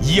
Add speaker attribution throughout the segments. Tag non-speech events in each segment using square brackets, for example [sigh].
Speaker 1: 以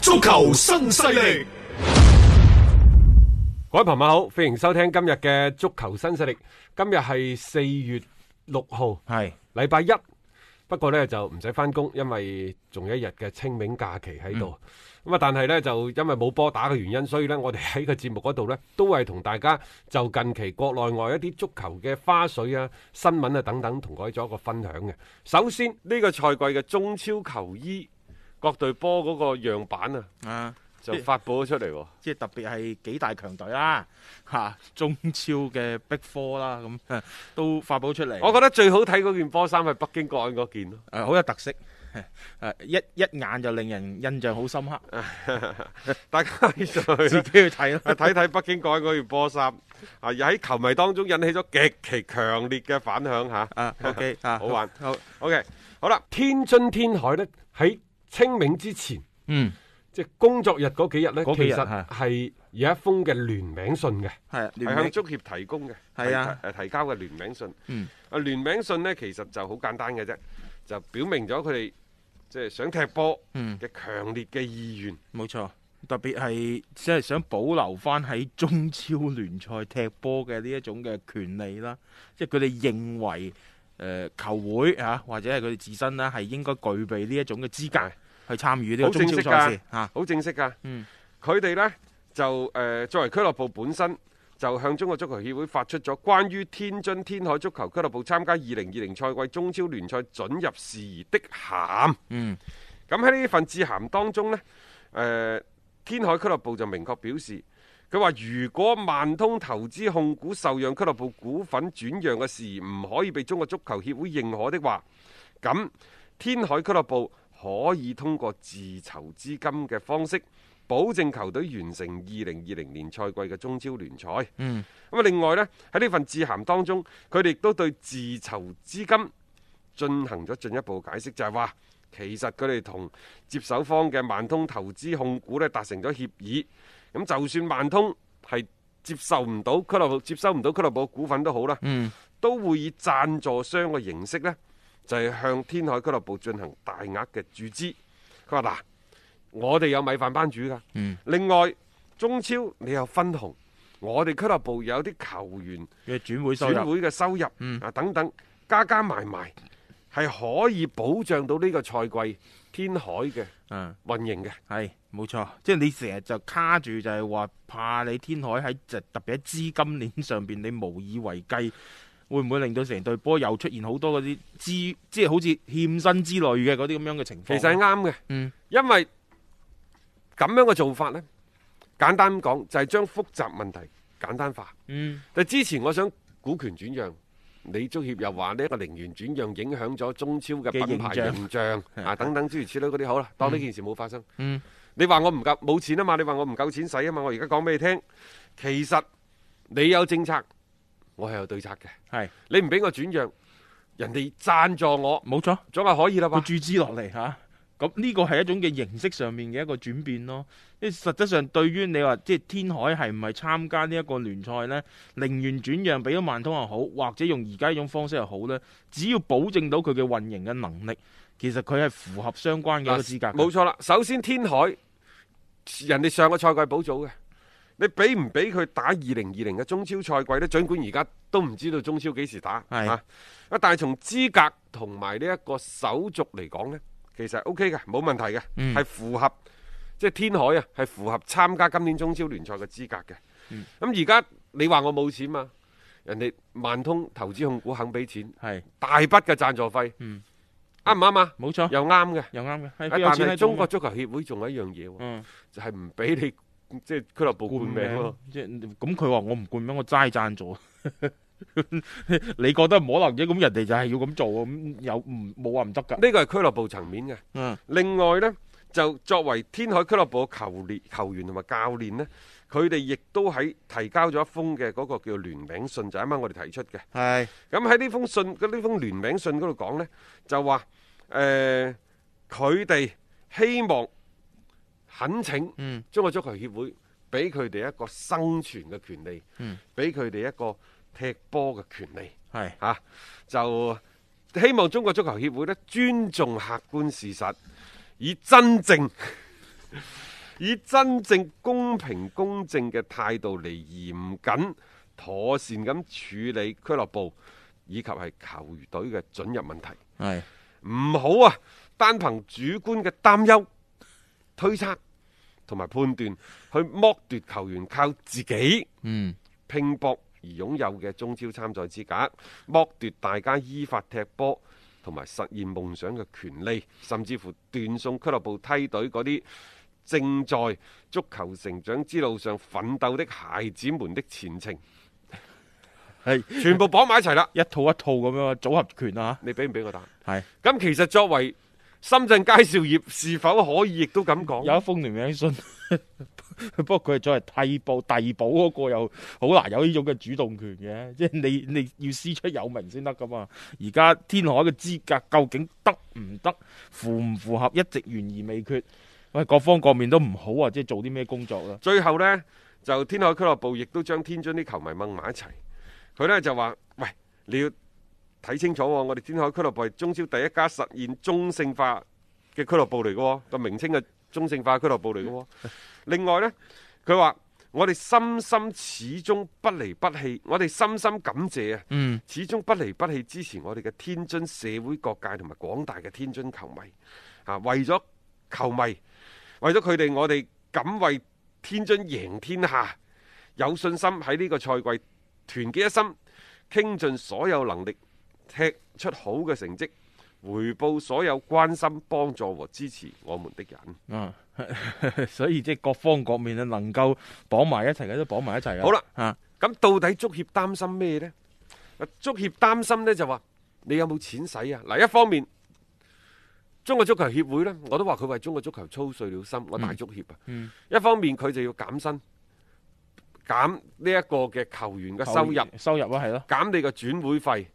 Speaker 1: 足球新勢力。
Speaker 2: 各位朋友好，歡迎收聽今日嘅足球新勢力。今日係四月六號，
Speaker 3: 係
Speaker 2: 禮拜一。不過呢，就唔使翻工，因為仲有一日嘅清明假期喺度。咁啊、但係呢，就因為冇波打嘅原因，所以呢，我哋喺個節目嗰度呢，都係同大家就近期國內外一啲足球嘅花絮啊、新聞啊等等，同各位做一個分享嘅。首先，呢個賽季嘅中超球衣各隊波嗰個樣板啊，
Speaker 3: 啊，
Speaker 2: 就 [laughs] 發布咗出嚟喎。
Speaker 3: 即係特別係幾大強隊啦， [laughs] 嚇、中超嘅逼科啦，咁、都發布出嚟，
Speaker 2: 我覺得最好睇嗰件波衫係北京國安嗰件咯。
Speaker 3: 誒好有特色，誒一一眼就令人印象好深刻，
Speaker 2: [laughs] 大家可以上去
Speaker 3: [laughs]
Speaker 2: 啊
Speaker 3: 自己去睇啦。
Speaker 2: [laughs] 睇睇北京港嗰件波衫，啊，喺球迷當中引起咗極其強烈嘅反響嚇。
Speaker 3: 啊，OK
Speaker 2: [laughs]
Speaker 3: 啊，
Speaker 2: 好玩
Speaker 3: 好，
Speaker 2: OK，好啦，天津天海呢，喺清明之前，
Speaker 3: 嗯，
Speaker 2: 即係工作日嗰幾日呢，
Speaker 3: 嗰幾
Speaker 2: 其
Speaker 3: 日啊
Speaker 2: 實
Speaker 3: 係
Speaker 2: 係有一封嘅聯名信嘅，
Speaker 3: 係
Speaker 2: 係
Speaker 3: 啊，聯
Speaker 2: 向
Speaker 3: 名
Speaker 2: 足協提供嘅，
Speaker 3: 係啊
Speaker 2: 提，誒提交嘅聯名信。
Speaker 3: 嗯，
Speaker 2: 啊聯名信呢，其實就好簡單嘅啫，就表明咗佢哋即係想踢波
Speaker 3: 嗯
Speaker 2: 嘅強烈嘅意願。
Speaker 3: 冇錯。特別係即係想保留翻喺中超聯賽踢波嘅呢一種嘅權利啦，即係佢哋認為誒、呃球會啊，或者係佢哋自身啦，係應該具備呢一種嘅資格
Speaker 2: 係
Speaker 3: 去參與呢個
Speaker 2: 好正
Speaker 3: 中
Speaker 2: 式
Speaker 3: 超
Speaker 2: 㗎
Speaker 3: 賽事嚇。
Speaker 2: 好正式噶。
Speaker 3: 嗯
Speaker 2: 佢哋呢，就誒、呃作為俱樂部本身，就向中國足球協會發出咗關於天津天海足球俱樂部參加二零二零賽季中超聯賽准入事宜的函。
Speaker 3: 嗯，
Speaker 2: 咁喺呢份致函當中呢，誒、天海俱樂部就明確表示。佢話：如果萬通投資控股受讓俱樂部股份轉讓嘅事宜唔可以被中國足球協會認可的話，咁天海俱樂部可以通過自籌資金嘅方式，保證球隊完成二零二零年賽季嘅中超聯賽。
Speaker 3: 嗯，
Speaker 2: 咁啊，另外呢，喺呢份致函當中，佢哋亦都對自籌資金進行咗進一步解釋，就係話其實佢哋同接手方嘅萬通投資控股呢達成咗協議。咁就算萬通係接受唔到俱樂部接收唔到俱樂部股份都好啦，
Speaker 3: 嗯
Speaker 2: 都會以贊助商嘅形式呢，就係、向天海俱樂部進行大額嘅注資。佢話嗱，我哋有米飯班主㗎，
Speaker 3: 嗯
Speaker 2: 另外中超你有分紅，我哋俱樂部有啲球員
Speaker 3: 嘅轉會收
Speaker 2: 轉
Speaker 3: 入，
Speaker 2: 會嘅收入
Speaker 3: 嗯
Speaker 2: 啊等等，加加埋埋係可以保障到呢個賽季天海嘅
Speaker 3: 嗯，
Speaker 2: 運營嘅。
Speaker 3: 係冇錯，即係你成日就卡住就係話怕你天海喺就特別喺資金鏈上邊你無以為繼，會唔會令到成隊波又出現好多嗰啲資，即係好似欠薪之類嘅嗰啲咁樣嘅情
Speaker 2: 其
Speaker 3: 況？
Speaker 2: 實係啱嘅，
Speaker 3: 嗯
Speaker 2: 因為咁樣嘅做法呢，簡單咁講就係將複雜問題簡單化。
Speaker 3: 嗯
Speaker 2: 但之前我想股權轉讓，李足協又話呢一個零元轉讓影響咗中超嘅
Speaker 3: 嘅
Speaker 2: 品牌
Speaker 3: 形象
Speaker 2: 形象
Speaker 3: [laughs]
Speaker 2: 啊等等諸如此類嗰啲，好啦，當呢件事冇發生。
Speaker 3: 嗯
Speaker 2: 你話我唔夠冇錢啊嘛？你話我唔夠錢使啊嘛？我而家講俾你聽，其實你有政策，我係有對策嘅。
Speaker 3: 係
Speaker 2: 你唔俾我轉讓，人哋贊助我，
Speaker 3: 冇錯，
Speaker 2: 總係可以啦
Speaker 3: 佢
Speaker 2: 吧？
Speaker 3: 注資落嚟嚇。咁呢個係一種嘅形式上面嘅一個轉變咯，即係實質上對於你話即係天海係唔係參加呢一個聯賽呢？寧願轉讓俾咗萬通又好，或者用而家呢種方式又好呢，只要保證到佢嘅運營嘅能力，其實佢係符合相關嘅一個資格嘅。
Speaker 2: 啊冇錯啦。首先天海人哋上個賽季保組嘅，你俾唔俾佢打二零二零嘅中超賽季呢？儘管而家都唔知道中超幾時打，
Speaker 3: 係
Speaker 2: 啊，但係從資格同埋呢一個手續嚟講呢，其實 O K 嘅，冇問題嘅，係、
Speaker 3: 嗯
Speaker 2: 符合即係天海啊，係符合參加今年中超聯賽嘅資格嘅。
Speaker 3: 嗯
Speaker 2: 咁而家你話我冇錢嘛？人哋萬通投資控股肯俾錢，
Speaker 3: 係
Speaker 2: 大筆嘅贊助費，
Speaker 3: 嗯
Speaker 2: 啱唔啱啊？
Speaker 3: 冇錯，
Speaker 2: 又啱嘅。
Speaker 3: 又啱嘅。係
Speaker 2: 啊哎但
Speaker 3: 邊有錢喺
Speaker 2: 係
Speaker 3: 度
Speaker 2: 中國
Speaker 3: 嘛
Speaker 2: 足球協會仲有一樣嘢喎，
Speaker 3: 嗯
Speaker 2: 就係唔俾你 [laughs] 即係俱樂部冠名喎。，
Speaker 3: 即係咁佢話我唔冠名，我齋贊助。 [laughs] 你覺得唔可能啫？咁人哋就係要咁做喎咁有唔冇話唔得㗎？
Speaker 2: 呢個係俱樂部層面嘅。
Speaker 3: 嗯，
Speaker 2: 另外呢，就作為天海俱樂部嘅球列球員同埋教練呢，佢哋亦都喺提交咗一封嘅嗰個叫聯名信，就啱啱我哋提出嘅。
Speaker 3: 係
Speaker 2: 咁喺呢封信嗰呢封聯名信嗰度講呢，就話誒佢哋希望懇請
Speaker 3: 嗯
Speaker 2: 中國足球協會俾佢哋一個生存嘅權利
Speaker 3: 嗯，
Speaker 2: 俾佢哋一個踢波嘅權利。
Speaker 3: 係
Speaker 2: 吓、啊就希望中國足球協會咧尊重客觀事實，以真正 [laughs] 以真正公平公正嘅態度嚟嚴謹妥善咁處理俱樂部以及係球隊嘅准入問題。
Speaker 3: 係
Speaker 2: 唔好啊，單憑主觀嘅擔憂、推測同埋判斷去剝奪球員靠自己
Speaker 3: 嗯
Speaker 2: 拼搏而擁有嘅中超參賽資格，剝奪大家依法踢波同埋實現夢想嘅權利，甚至乎斷送俱樂部梯隊嗰啲正在足球成長之路上奮鬥的孩子們的前程，
Speaker 3: 係
Speaker 2: 全部綁埋一齊啦！
Speaker 3: 一套一套咁樣組合拳啊！
Speaker 2: 你俾唔俾我打？
Speaker 3: 係
Speaker 2: 咁其實作為深圳佳兆業是否可以亦都咁講？
Speaker 3: 有一封聯名信， [laughs] 不過佢係作為替補遞補嗰個又好難有呢種嘅主動權嘅，即係你你要師出有名先得噶嘛。而家天海嘅資格究竟得唔得，符唔符合，一直懸而未決。喂，各方各面都唔好啊，即係做啲咩工作啦？
Speaker 2: 最後呢，就天海俱樂部亦都將天津啲球迷掹埋一齊。佢呢就話：喂，你要睇清楚喎、我哋天海俱樂部係中超第一家實現中性化嘅俱樂部嚟嘅喎，個名稱嘅中性化俱樂部嚟嘅喎。另外呢，佢話我哋深深始終不離不棄，我哋深深感謝啊！
Speaker 3: 嗯，
Speaker 2: 始終不離不棄支持我哋嘅天津社會各界同埋廣大嘅天津球迷啊！為咗球迷，為咗佢哋，我哋敢為天津贏天下，有信心喺呢個賽季團結一心，傾盡所有能力，踢出好嘅成績，回報所有關心、幫助和支持我們的人。
Speaker 3: 啊， [laughs] 所以即係各方各面啊，能夠綁埋一齊嘅都綁埋一齊啊。
Speaker 2: 好啦
Speaker 3: 啊，
Speaker 2: 咁到底足協擔心咩呢？啊足協擔心呢就話你有冇錢使啊？嗱，一方面中國足球協會呢，我都話佢為中國足球操碎了心，我大足協啊。
Speaker 3: 嗯
Speaker 2: 一方面佢就要減薪，減呢一個嘅球員嘅收入，
Speaker 3: 收入啊，係咯，
Speaker 2: 減你嘅轉會費，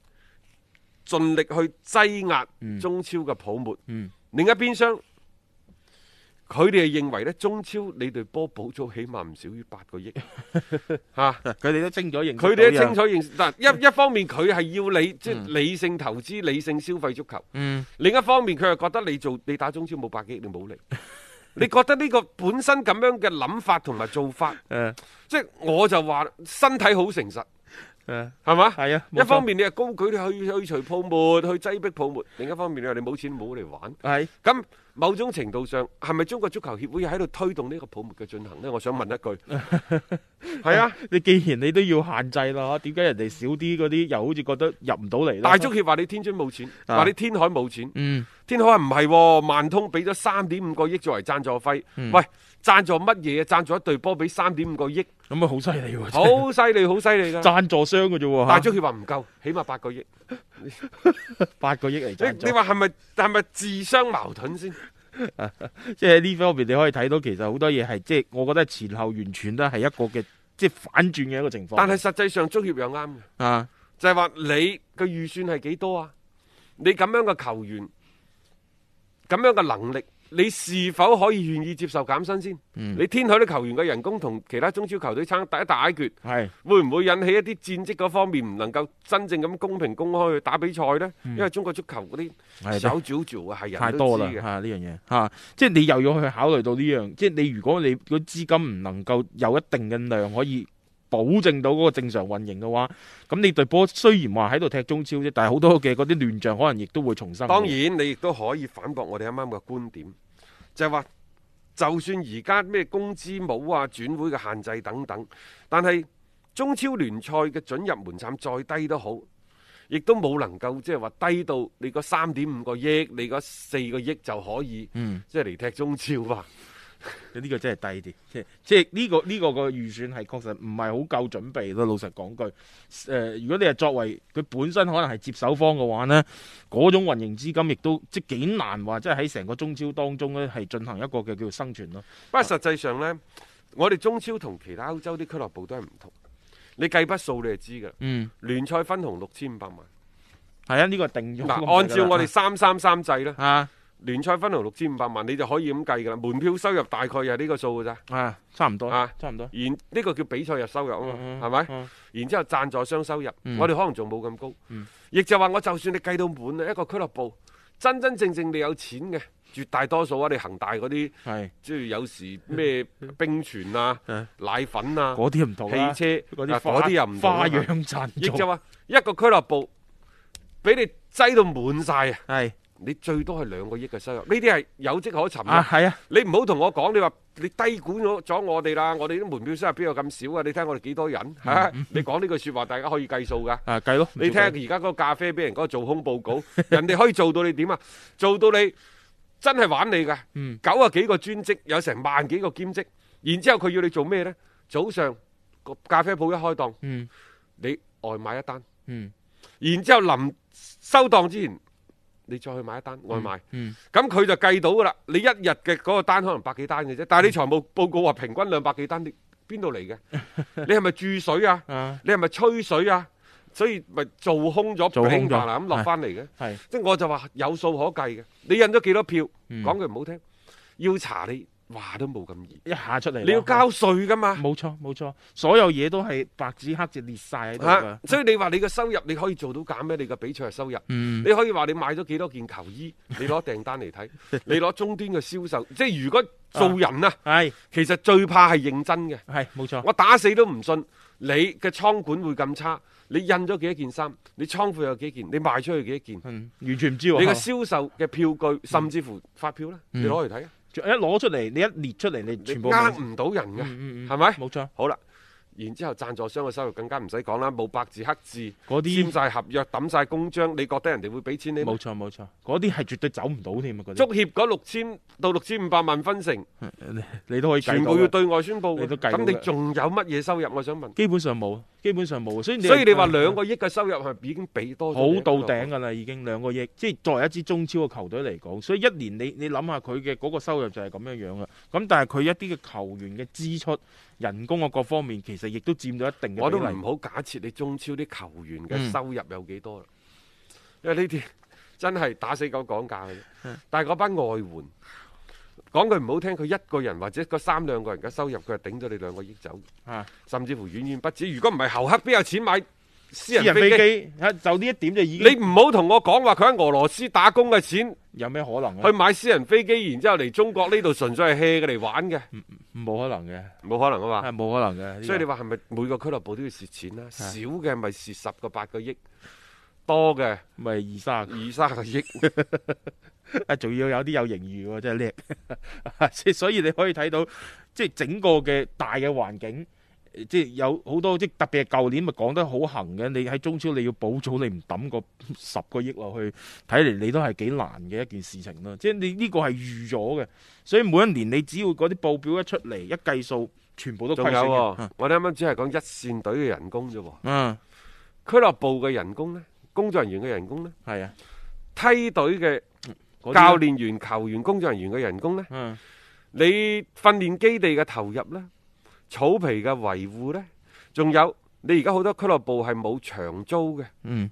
Speaker 2: 盡力去擠壓
Speaker 3: 嗯
Speaker 2: 中超嘅泡沫。
Speaker 3: 嗯
Speaker 2: 另一邊廂，佢哋係認為呢中超你隊波補足起碼唔少於八個
Speaker 3: [laughs]
Speaker 2: 億嚇。 [laughs]
Speaker 3: 佢哋都清咗認識到
Speaker 2: 佢
Speaker 3: 呢樣，
Speaker 2: 哋都清楚認識，嗱
Speaker 3: 嗯
Speaker 2: 一一方面佢係要你即係理性投資、理性消費足球；
Speaker 3: 嗯，
Speaker 2: 另一方面佢又覺得你做你打中超冇百幾，你冇
Speaker 3: [laughs]
Speaker 2: 力。你覺得呢個本身咁樣嘅諗法同埋做法，
Speaker 3: 誒
Speaker 2: 即係我就話身體好誠實，
Speaker 3: 誒，
Speaker 2: 係嘛？
Speaker 3: 係啊，
Speaker 2: 一
Speaker 3: 冇錯
Speaker 2: 方面你係高舉你去去除泡沫、去擠逼泡沫；另一方面你話你冇錢冇嚟玩。
Speaker 3: 係。
Speaker 2: 咁某種程度上係咪中國足球協會喺度推動呢個泡沫嘅進行呢？我想問一句， [laughs] 係啊。
Speaker 3: 你既然你都要限制啦，點解人哋少啲嗰啲又好似覺得入唔到嚟咧？
Speaker 2: 大足協話你天津冇錢，
Speaker 3: 啊
Speaker 2: 話你天海冇錢。
Speaker 3: 嗯
Speaker 2: 天海唔係喎，萬通俾咗三點五個億作為贊助費。
Speaker 3: 嗯
Speaker 2: 喂，贊助乜嘢？啊贊助一隊波俾三點五個億，
Speaker 3: 咁啊好犀利喎！真係
Speaker 2: [laughs] 好犀利，好犀利㗎。
Speaker 3: 贊助商嘅啫喎，
Speaker 2: 啊大足協話唔夠，起碼八個億。
Speaker 3: 八個億嚟
Speaker 2: 你
Speaker 3: 贊助
Speaker 2: 你，話係咪係咪自相矛盾先？
Speaker 3: 即係呢方面你可以睇到，其實好多嘢係即係我覺得前後完全都係一個嘅即係反轉嘅一個情況。
Speaker 2: 但係實際上足協又啱嘅，
Speaker 3: 啊，
Speaker 2: 就係話你嘅預算係幾多啊？你咁樣嘅球員，咁樣嘅能力，你是否可以願意接受減薪先？
Speaker 3: 嗯
Speaker 2: 你天海啲球員嘅人工同其他中超球隊差大一大一橛。
Speaker 3: 係
Speaker 2: 會唔會引起一啲戰績嗰方面唔能夠真正咁公平公開去打比賽呢？因為中國足球嗰啲
Speaker 3: 係
Speaker 2: 手爪爪啊，係
Speaker 3: 太
Speaker 2: 人
Speaker 3: 多
Speaker 2: 都知嘅。
Speaker 3: 啦嚇呢樣嘢嚇，即係你又要去考慮到呢樣，即係你如果你個資金唔能夠有一定嘅量可以保證到嗰個正常運營嘅話，咁你隊波雖然話喺度踢中超啫，但係好多嘅嗰啲亂象可能亦都會重生。
Speaker 2: 當然，你亦都可以反駁我哋啱啱嘅觀點，就係話就算而家咩工資冇啊、轉會嘅限制等等，但係中超聯賽嘅準入門檻再低都好，亦都冇能夠即係話低到你嗰三點五個億、你嗰四個億就可以，
Speaker 3: 嗯
Speaker 2: 即係嚟踢中超吧。
Speaker 3: 呢個真係低啲，即係即係呢個呢、個個預算係確實唔係好夠準備咯。老實講句，誒、如果你係作為佢本身可能係接手方嘅話呢嗰種運營資金亦都即係幾難話，即係喺成個中超當中呢係進行一個嘅叫做生存咯。
Speaker 2: 不過實際上呢，我哋中超同其他歐洲啲俱樂部都係唔同。你計筆數你就知㗎啦，
Speaker 3: 嗯，
Speaker 2: 聯賽分紅六千五百萬。
Speaker 3: 係啊，呢、個定咗㗎啦。
Speaker 2: 嗱，按照我哋三三三制呢，
Speaker 3: 啊
Speaker 2: 聯賽分紅六千五百萬，你就可以咁計㗎啦。門票收入大概又係呢個數㗎咋。
Speaker 3: 啊，差唔多
Speaker 2: 啊
Speaker 3: 差唔多。
Speaker 2: 然呢、個叫比賽入收入啊
Speaker 3: 嗯
Speaker 2: 嘛，係咪、
Speaker 3: 嗯
Speaker 2: 然之後贊助商收入，
Speaker 3: 嗯
Speaker 2: 我哋可能仲冇咁高
Speaker 3: 嗯。
Speaker 2: 亦、就話我就算你計到滿啊，一個俱樂部真真正正你有錢嘅，絕大多數啊，你恒大嗰啲
Speaker 3: 係
Speaker 2: 即係有時咩冰泉啊
Speaker 3: 嗯、
Speaker 2: 奶粉啊、
Speaker 3: 嗰啲唔同
Speaker 2: 汽
Speaker 3: 啦
Speaker 2: 車
Speaker 3: 嗰
Speaker 2: 啊
Speaker 3: 啲花
Speaker 2: 嗰啲又唔同啊
Speaker 3: 花樣賺
Speaker 2: 亦就話一個俱樂部俾你擠到滿晒啊！
Speaker 3: 係
Speaker 2: 你最多係兩個億嘅收入，呢啲係有跡可尋嘅
Speaker 3: 啊係啊，
Speaker 2: 你唔好同我講，你話你低估咗咗我哋啦，我哋啲門票收入邊有咁少啊？你睇我哋幾多人嚇、你講呢句説話，大家可以計數噶。
Speaker 3: 啊計咯，
Speaker 2: 你聽下而家嗰個咖啡俾人嗰個做空報告， [laughs] 人哋可以做到你點啊？做到你真係玩你噶
Speaker 3: 嗯，
Speaker 2: 九啊幾個專職，有成萬幾個兼職，然之後佢要你做咩呢？早上個咖啡鋪一開檔，
Speaker 3: 嗯
Speaker 2: 你外賣一單，
Speaker 3: 嗯
Speaker 2: 然之後臨收檔之前，你再去買一單外賣。
Speaker 3: 嗯
Speaker 2: 咁佢就計到噶啦。你一日嘅嗰個單可能百幾單嘅啫，但係你財務報告話平均兩百幾單，你邊度嚟
Speaker 3: [laughs]
Speaker 2: 嘅？你係咪注水啊？
Speaker 3: 啊
Speaker 2: 你係咪吹水啊？所以咪做空咗，
Speaker 3: 做空咗
Speaker 2: 嗱咁落翻嚟嘅。
Speaker 3: 係
Speaker 2: 即係我就話有數可計嘅。你印咗幾多票？
Speaker 3: 嗯
Speaker 2: 講句唔好聽，要查你話都冇咁易，
Speaker 3: 一下出嚟啦，
Speaker 2: 你要交税噶嘛。
Speaker 3: 冇錯冇錯，所有嘢都係白紙黑字列晒喺度
Speaker 2: 嚇
Speaker 3: 噶。
Speaker 2: 所以你話你嘅收入你可以做到減咩？你嘅比賽係收入。
Speaker 3: 嗯，
Speaker 2: 你可以話你買咗幾多件球衣，你攞訂單嚟
Speaker 3: [laughs]
Speaker 2: 睇，你攞終端嘅銷售，即係如果做人啊，
Speaker 3: 係
Speaker 2: 其實最怕係認真嘅。
Speaker 3: 係冇錯，
Speaker 2: 我打死都唔信你嘅倉管會咁差，你印咗幾多件衫，你倉庫有幾件，你賣出去幾多件，
Speaker 3: 嗯，完全唔知喎。
Speaker 2: 你嘅銷售嘅票據，甚至乎發票咧，
Speaker 3: 嗯
Speaker 2: 你攞嚟睇啊，
Speaker 3: 一攞出嚟，你一列出嚟，你全
Speaker 2: 你
Speaker 3: 部
Speaker 2: 呃
Speaker 3: 明
Speaker 2: 唔到人嘅，
Speaker 3: 嗯嗯嗯
Speaker 2: 係咪
Speaker 3: 冇錯，
Speaker 2: 好啦。然之後贊助商嘅收入更加唔使講啦，冇白字黑字，
Speaker 3: 嗰
Speaker 2: 簽
Speaker 3: 啲
Speaker 2: 晒合約，抌晒公章，你覺得人哋會俾錢你咩
Speaker 3: 冇錯冇錯，嗰啲係絕對走唔到添啊！嗰
Speaker 2: 足
Speaker 3: 啲
Speaker 2: 協嗰六千到六千五百萬分成，
Speaker 3: 你都可以計
Speaker 2: 全
Speaker 3: 到
Speaker 2: 部要
Speaker 3: 㗎，
Speaker 2: 對外宣佈
Speaker 3: 你
Speaker 2: 嘅，
Speaker 3: 都計到
Speaker 2: 咁你
Speaker 3: 嘅
Speaker 2: 仲有乜嘢收入？我想問。
Speaker 3: 基本上冇，基本上冇。所以
Speaker 2: 所以你話兩個億嘅收入係已經俾多咗
Speaker 3: 好
Speaker 2: 你
Speaker 3: 到
Speaker 2: 一個
Speaker 3: 頂㗎啦，已經兩個億，即係作為一支中超嘅球隊嚟講，所以一年你你諗下佢嘅嗰個收入就係咁樣樣啦。咁但係佢一啲嘅球員嘅支出、人工啊各方面，其實亦都佔到一定嘅
Speaker 2: 我
Speaker 3: 比
Speaker 2: 都
Speaker 3: 例
Speaker 2: 唔。好假設你中超啲球員嘅
Speaker 3: 嗯
Speaker 2: 收入有幾多啦，因為呢啲 [laughs] 真係打死狗講價嘅
Speaker 3: 嗯
Speaker 2: 啫。但係嗰班外援，講句唔好聽，佢一個人或者嗰三兩個人嘅收入，佢係頂咗你兩個億走，
Speaker 3: 啊
Speaker 2: 甚至乎遠遠不止。如果唔係侯克，邊有錢買私
Speaker 3: 私
Speaker 2: 人
Speaker 3: 人
Speaker 2: 飛
Speaker 3: 飛
Speaker 2: 機？
Speaker 3: 機啊，就呢一點就已經
Speaker 2: 你唔好同我講話佢喺俄羅斯打工嘅錢
Speaker 3: 有咩可能
Speaker 2: 去
Speaker 3: 啊？
Speaker 2: 買私人飛機，然之後嚟中國呢度純粹係 hea 嘅嚟玩嘅，
Speaker 3: 嗯冇可能嘅，
Speaker 2: 冇可能啊嘛。
Speaker 3: 係冇可能嘅。
Speaker 2: 所以你
Speaker 3: 呢
Speaker 2: 話係咪每個俱樂部都要蝕錢啦？少嘅咪蝕十個八個億，多嘅
Speaker 3: 個咪二三
Speaker 2: 二三個
Speaker 3: [laughs]
Speaker 2: 億。
Speaker 3: 啊，仲要有啲有盈餘喎，真係叻。 [laughs] 即係所以你可以睇到，即係整個嘅大嘅環境，呃即係有好多，即係特別係舊年咪講得好行嘅。你喺中超你要補組，你唔抌個 [laughs] 十個億落去，睇嚟你都係幾難嘅一件事情咯。即係你呢個係預咗嘅，所以每一年你只要嗰啲報表一出嚟，一計數，全部都
Speaker 2: 仲
Speaker 3: 虧
Speaker 2: 有
Speaker 3: 損
Speaker 2: 喎、
Speaker 3: 嘅。嗯
Speaker 2: 我哋啱啱只係講一線隊嘅人工啫喎，
Speaker 3: 嗯，
Speaker 2: 俱樂部嘅人工呢，工作人員嘅人工呢，
Speaker 3: 係啊，
Speaker 2: 梯隊嘅
Speaker 3: 嗰啲
Speaker 2: 教
Speaker 3: 呢，
Speaker 2: 練員、球員、工作人員嘅人工呢，
Speaker 3: 嗯，
Speaker 2: 你訓練基地嘅投入呢，草皮嘅維護呢，仲有你而家好多俱樂部係冇長租嘅，
Speaker 3: 嗯，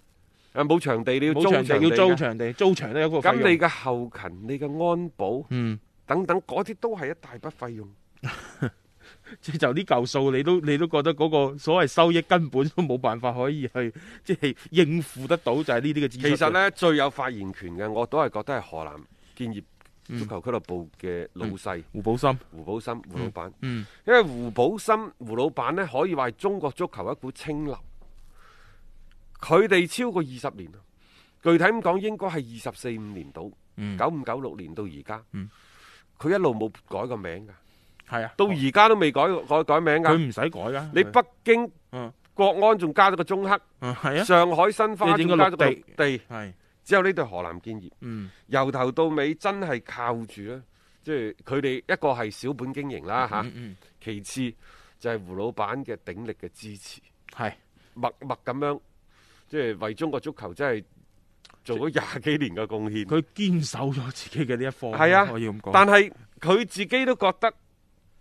Speaker 2: 誒冇場地你要租
Speaker 3: 冇場地
Speaker 2: 場
Speaker 3: 要租
Speaker 2: 地嘅
Speaker 3: 場地，租場都有一個費
Speaker 2: 咁
Speaker 3: 用
Speaker 2: 你嘅後勤、你嘅安保。
Speaker 3: 嗯。
Speaker 2: 等等嗰啲都係一大筆費用。
Speaker 3: 即係就呢嚿數，你都你都覺得嗰個所謂收益根本都冇辦法可以去即係應付得到，就係呢啲嘅支出。
Speaker 2: 其實，呢，最有發言權嘅，我都係覺得係河南建業足球俱樂部嘅老細
Speaker 3: 胡寶森，
Speaker 2: 胡寶森胡老闆，
Speaker 3: 嗯
Speaker 2: 因為胡寶森胡老闆呢，可以話係中國足球一股清流。佢哋超過二十年，啊具體咁講應該係二十四五年到，
Speaker 3: 嗯
Speaker 2: 九五九六年到而家。佢一路冇改過名㗎，
Speaker 3: 係啊，
Speaker 2: 到而家都未改改改名
Speaker 3: 佢
Speaker 2: 㗎。
Speaker 3: 唔使改噶，
Speaker 2: 哦你
Speaker 3: 佢
Speaker 2: 北京
Speaker 3: 嗯
Speaker 2: 國安仲加咗個中黑，
Speaker 3: 嗯係啊，
Speaker 2: 上海申花
Speaker 3: 你整
Speaker 2: 仲
Speaker 3: 個
Speaker 2: 加咗個
Speaker 3: 綠
Speaker 2: 綠地，
Speaker 3: 係
Speaker 2: 只有呢對河南建業。
Speaker 3: 嗯
Speaker 2: 由頭到尾真係靠住咧，即係佢哋一個係小本經營啦嚇，
Speaker 3: 嗯嗯
Speaker 2: 其次就係胡老闆嘅鼎力嘅支持，
Speaker 3: 係
Speaker 2: 默默咁樣即係為中國足球真係做咗廿幾年嘅貢獻。
Speaker 3: 佢堅守咗自己嘅呢一科，
Speaker 2: 係啊
Speaker 3: 可以咁講。
Speaker 2: 但係佢自己都覺得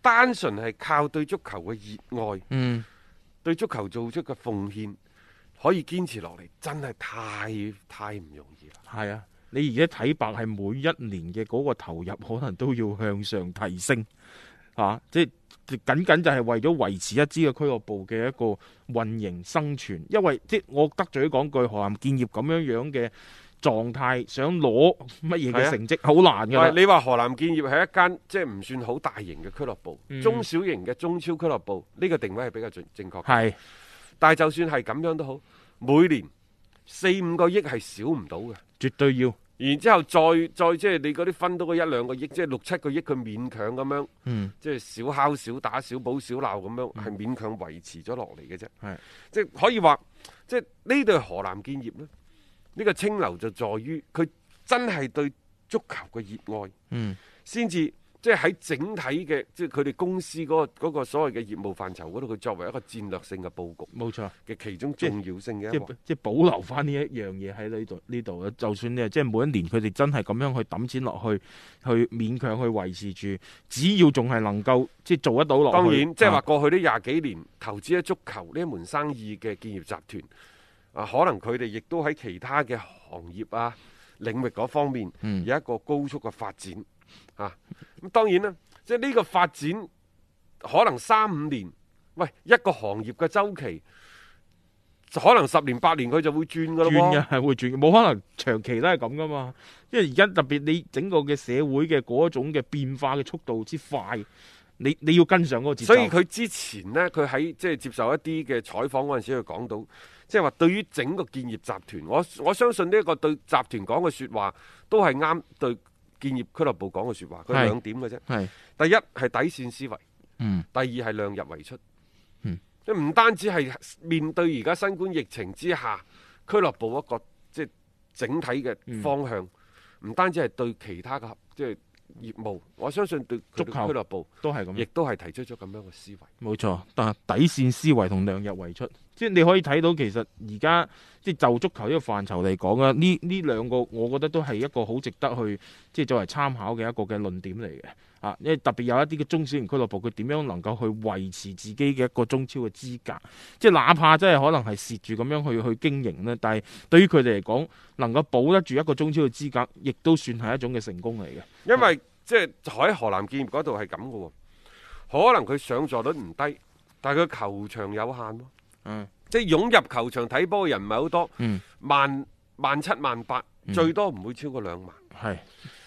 Speaker 2: 單純係靠對足球嘅熱愛，
Speaker 3: 嗯
Speaker 2: 對足球做出嘅奉獻，可以堅持落嚟，真係太太唔容易啦。
Speaker 3: 係啊，你而家睇白係每一年嘅嗰個投入，可能都要向上提升啊！即係僅僅就係為咗維持一支嘅俱樂部嘅一個運營生存，因為即係我得罪講句，河南建業咁樣樣嘅狀態，想攞乜
Speaker 2: 係
Speaker 3: 嘢嘅
Speaker 2: 啊
Speaker 3: 成績好難㗎啦
Speaker 2: 喂，你話河南建業係一間即係唔算好大型嘅俱樂部，
Speaker 3: 嗯
Speaker 2: 中小型嘅中超俱樂部，呢、個定位係比較準正確嘅。
Speaker 3: 係
Speaker 2: 但係就算係咁樣都好，每年四五個億係少唔到嘅。
Speaker 3: 絕對要
Speaker 2: 然之後再再即係你嗰啲分到嗰一兩個億，即係六七個億，佢勉強咁樣，
Speaker 3: 嗯
Speaker 2: 即係小敲小打、小補小鬧咁樣，係勉強維持咗落嚟嘅啫。
Speaker 3: 係
Speaker 2: 即係可以話，即係呢對河南建業呢，呢、個清流就在於佢真係對足球嘅熱愛。
Speaker 3: 嗯
Speaker 2: 先至即係喺整體嘅，即係佢哋公司嗰、個嗰個所謂嘅業務範疇嗰度，佢作為一個戰略性嘅佈局
Speaker 3: 冇錯。
Speaker 2: 嘅其中重要性嘅
Speaker 3: 即
Speaker 2: 一
Speaker 3: 係
Speaker 2: 環。
Speaker 3: 即係保留翻呢一樣嘢喺呢度呢度就算你係即係每一年佢哋真係咁樣去揼錢落去，去勉強去維持住，只要仲係能夠即係做得到落去。
Speaker 2: 當然，即係話
Speaker 3: 啊
Speaker 2: 過去呢廿幾年投資喺足球呢一門生意嘅建業集團，啊，可能佢哋亦都喺其他嘅行業啊領域嗰方面
Speaker 3: 嗯
Speaker 2: 有一個高速嘅發展啊。咁當然啦，即係呢個發展可能三五年，喂一個行業嘅周期，可能十年八年佢就會轉噶咯
Speaker 3: 轉
Speaker 2: 喎。
Speaker 3: 嘅係會轉嘅，冇可能長期都係咁噶嘛。因為而家特別你整個嘅社會嘅嗰種嘅變化嘅速度之快，你你要跟上嗰個節奏。
Speaker 2: 所以佢之前呢，佢喺即係接受一啲嘅採訪嗰陣時，佢講到，即係話對於整個建業集團，我我相信呢一個對集團講嘅説話都係啱對建業俱樂部講嘅説話。佢
Speaker 3: 係
Speaker 2: 兩點嘅啫，
Speaker 3: 係
Speaker 2: 第一係底線思維，
Speaker 3: 嗯
Speaker 2: 第二係量入為出。
Speaker 3: 嗯
Speaker 2: 即係唔單止係面對而家新冠疫情之下，俱樂部一個即係整體
Speaker 3: 嗯
Speaker 2: 嘅方向，唔、單止係對其他嘅即係業務，我相信對佢哋
Speaker 3: 足球
Speaker 2: 俱樂部
Speaker 3: 都係咁。
Speaker 2: 亦都係提出咗咁樣嘅思維。
Speaker 3: 冇錯，但係底線思維同量入為出，即係你可以睇到其實而家即係就足球呢個範疇嚟講啊，呢呢兩個我覺得都係一個好值得去即係作為參考嘅一個嘅論點嚟嘅啊，因為特別有一啲嘅中小型俱樂部，佢點樣能夠去維持自己嘅一個中超嘅資格，即係哪怕真係可能係蝕住咁樣去去經營呢，但係對於佢哋嚟講，能夠保得住一個中超嘅資格，亦都算係一種嘅成功嚟嘅。
Speaker 2: 因為即係喺河南建業嗰度係咁嘅喎，可能佢上座率唔低，但係佢球場有限咯，
Speaker 3: 嗯，
Speaker 2: 即係湧入球場睇波嘅人唔係好多，
Speaker 3: 嗯
Speaker 2: 萬萬七萬八，最多唔會超過兩萬。
Speaker 3: 係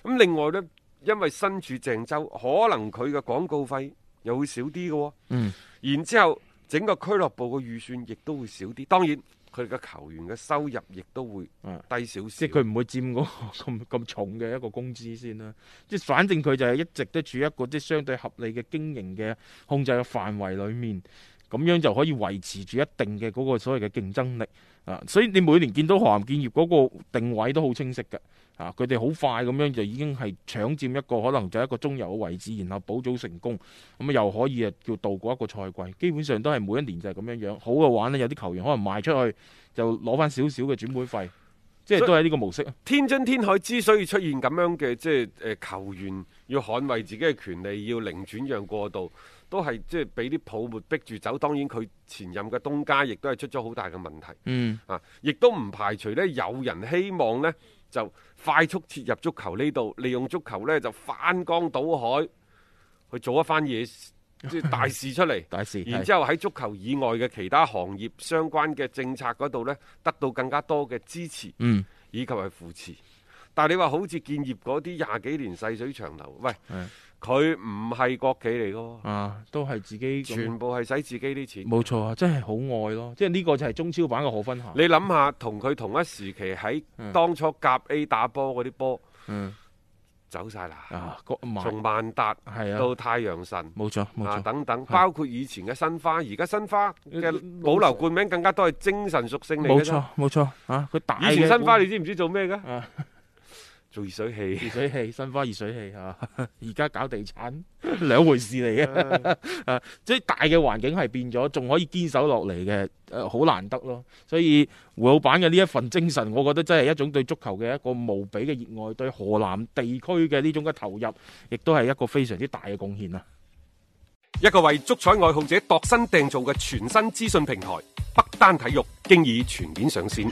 Speaker 2: 咁另外呢，因為身處鄭州，可能佢嘅廣告費又會少啲嘅喎，
Speaker 3: 嗯
Speaker 2: 然之後整個俱樂部嘅預算亦都會少啲，當然佢嘅球員嘅收入亦都會
Speaker 3: 嗯
Speaker 2: 低少少
Speaker 3: 即。係佢唔會佔嗰個 [laughs] 咁咁重嘅一個工資先啦。即係反正佢就係一直都處於一個即係相對合理嘅經營嘅控制嘅範圍裡面，咁樣就可以維持住一定嘅嗰個所謂嘅競爭力啊。所以你每年見到河南建業嗰個定位都好清晰嘅啊，佢哋好快咁樣就已經係搶佔一個可能就係一個中游嘅位置，然後保組成功，咁啊又可以啊叫度過一個賽季。基本上都係每一年就係咁樣樣。好嘅話呢，有啲球員可能賣出去就攞翻少少嘅轉會費。即係都係呢個模式啊！
Speaker 2: 天津天海之所以出現咁樣嘅即係誒、呃球員要捍衛自己嘅權利，要零轉讓過渡，都係即係俾啲泡沫逼住走。當然佢前任嘅東家亦都係出咗好大嘅問題
Speaker 3: 嗯，。
Speaker 2: 啊，亦都唔排除呢有人希望呢就快速切入足球呢度，利用足球呢就翻江倒海去做一番嘢，即係大事出嚟
Speaker 3: 大事。
Speaker 2: 然之後喺足球以外嘅其他行業相關嘅政策嗰度呢，得到更加多嘅支持。
Speaker 3: 嗯，
Speaker 2: 以及係扶持。但係你話好似建業嗰啲廿幾年細水長流，喂
Speaker 3: 係，
Speaker 2: 佢唔係國企嚟嘅
Speaker 3: 啊，都係自己
Speaker 2: 喎，全
Speaker 3: 咁，
Speaker 2: 部係使自己啲錢。
Speaker 3: 冇錯啊，真係好愛咯，即係呢個就係中超版嘅可分下。
Speaker 2: 你諗下，同佢同一時期喺
Speaker 3: 嗯
Speaker 2: 當初甲 A 打波嗰啲波，
Speaker 3: 嗯，
Speaker 2: 走晒啦，
Speaker 3: 啊，個萬
Speaker 2: 從萬達
Speaker 3: 係啊
Speaker 2: 到太陽神。
Speaker 3: 冇錯冇
Speaker 2: 啊！
Speaker 3: 錯，
Speaker 2: 等等，
Speaker 3: 係
Speaker 2: 包括以前嘅申花，而家申花
Speaker 3: 呃
Speaker 2: 嘅保留冠名更加多係精神屬性嚟
Speaker 3: 冇
Speaker 2: 嘅啫。
Speaker 3: 錯冇錯啊！佢大
Speaker 2: 以前
Speaker 3: 嘅
Speaker 2: 申花你知唔知做咩嘅？
Speaker 3: 啊
Speaker 2: [laughs] 做熱水器。
Speaker 3: 熱水器，新花熱水器嚇， [laughs] 而家搞地產兩回事嚟嘅， [laughs] 啊，即係大嘅環境係變咗，仲可以堅守落嚟嘅，誒、呃好難得咯。所以胡老闆嘅呢一份精神，我覺得真係一種對足球嘅一個無比嘅熱愛，對河南地區嘅呢種嘅投入，亦都係一個非常之大嘅貢獻啊！
Speaker 2: 一個為足彩愛好者度身訂造嘅全新資訊平台北單體育，經已全面上線。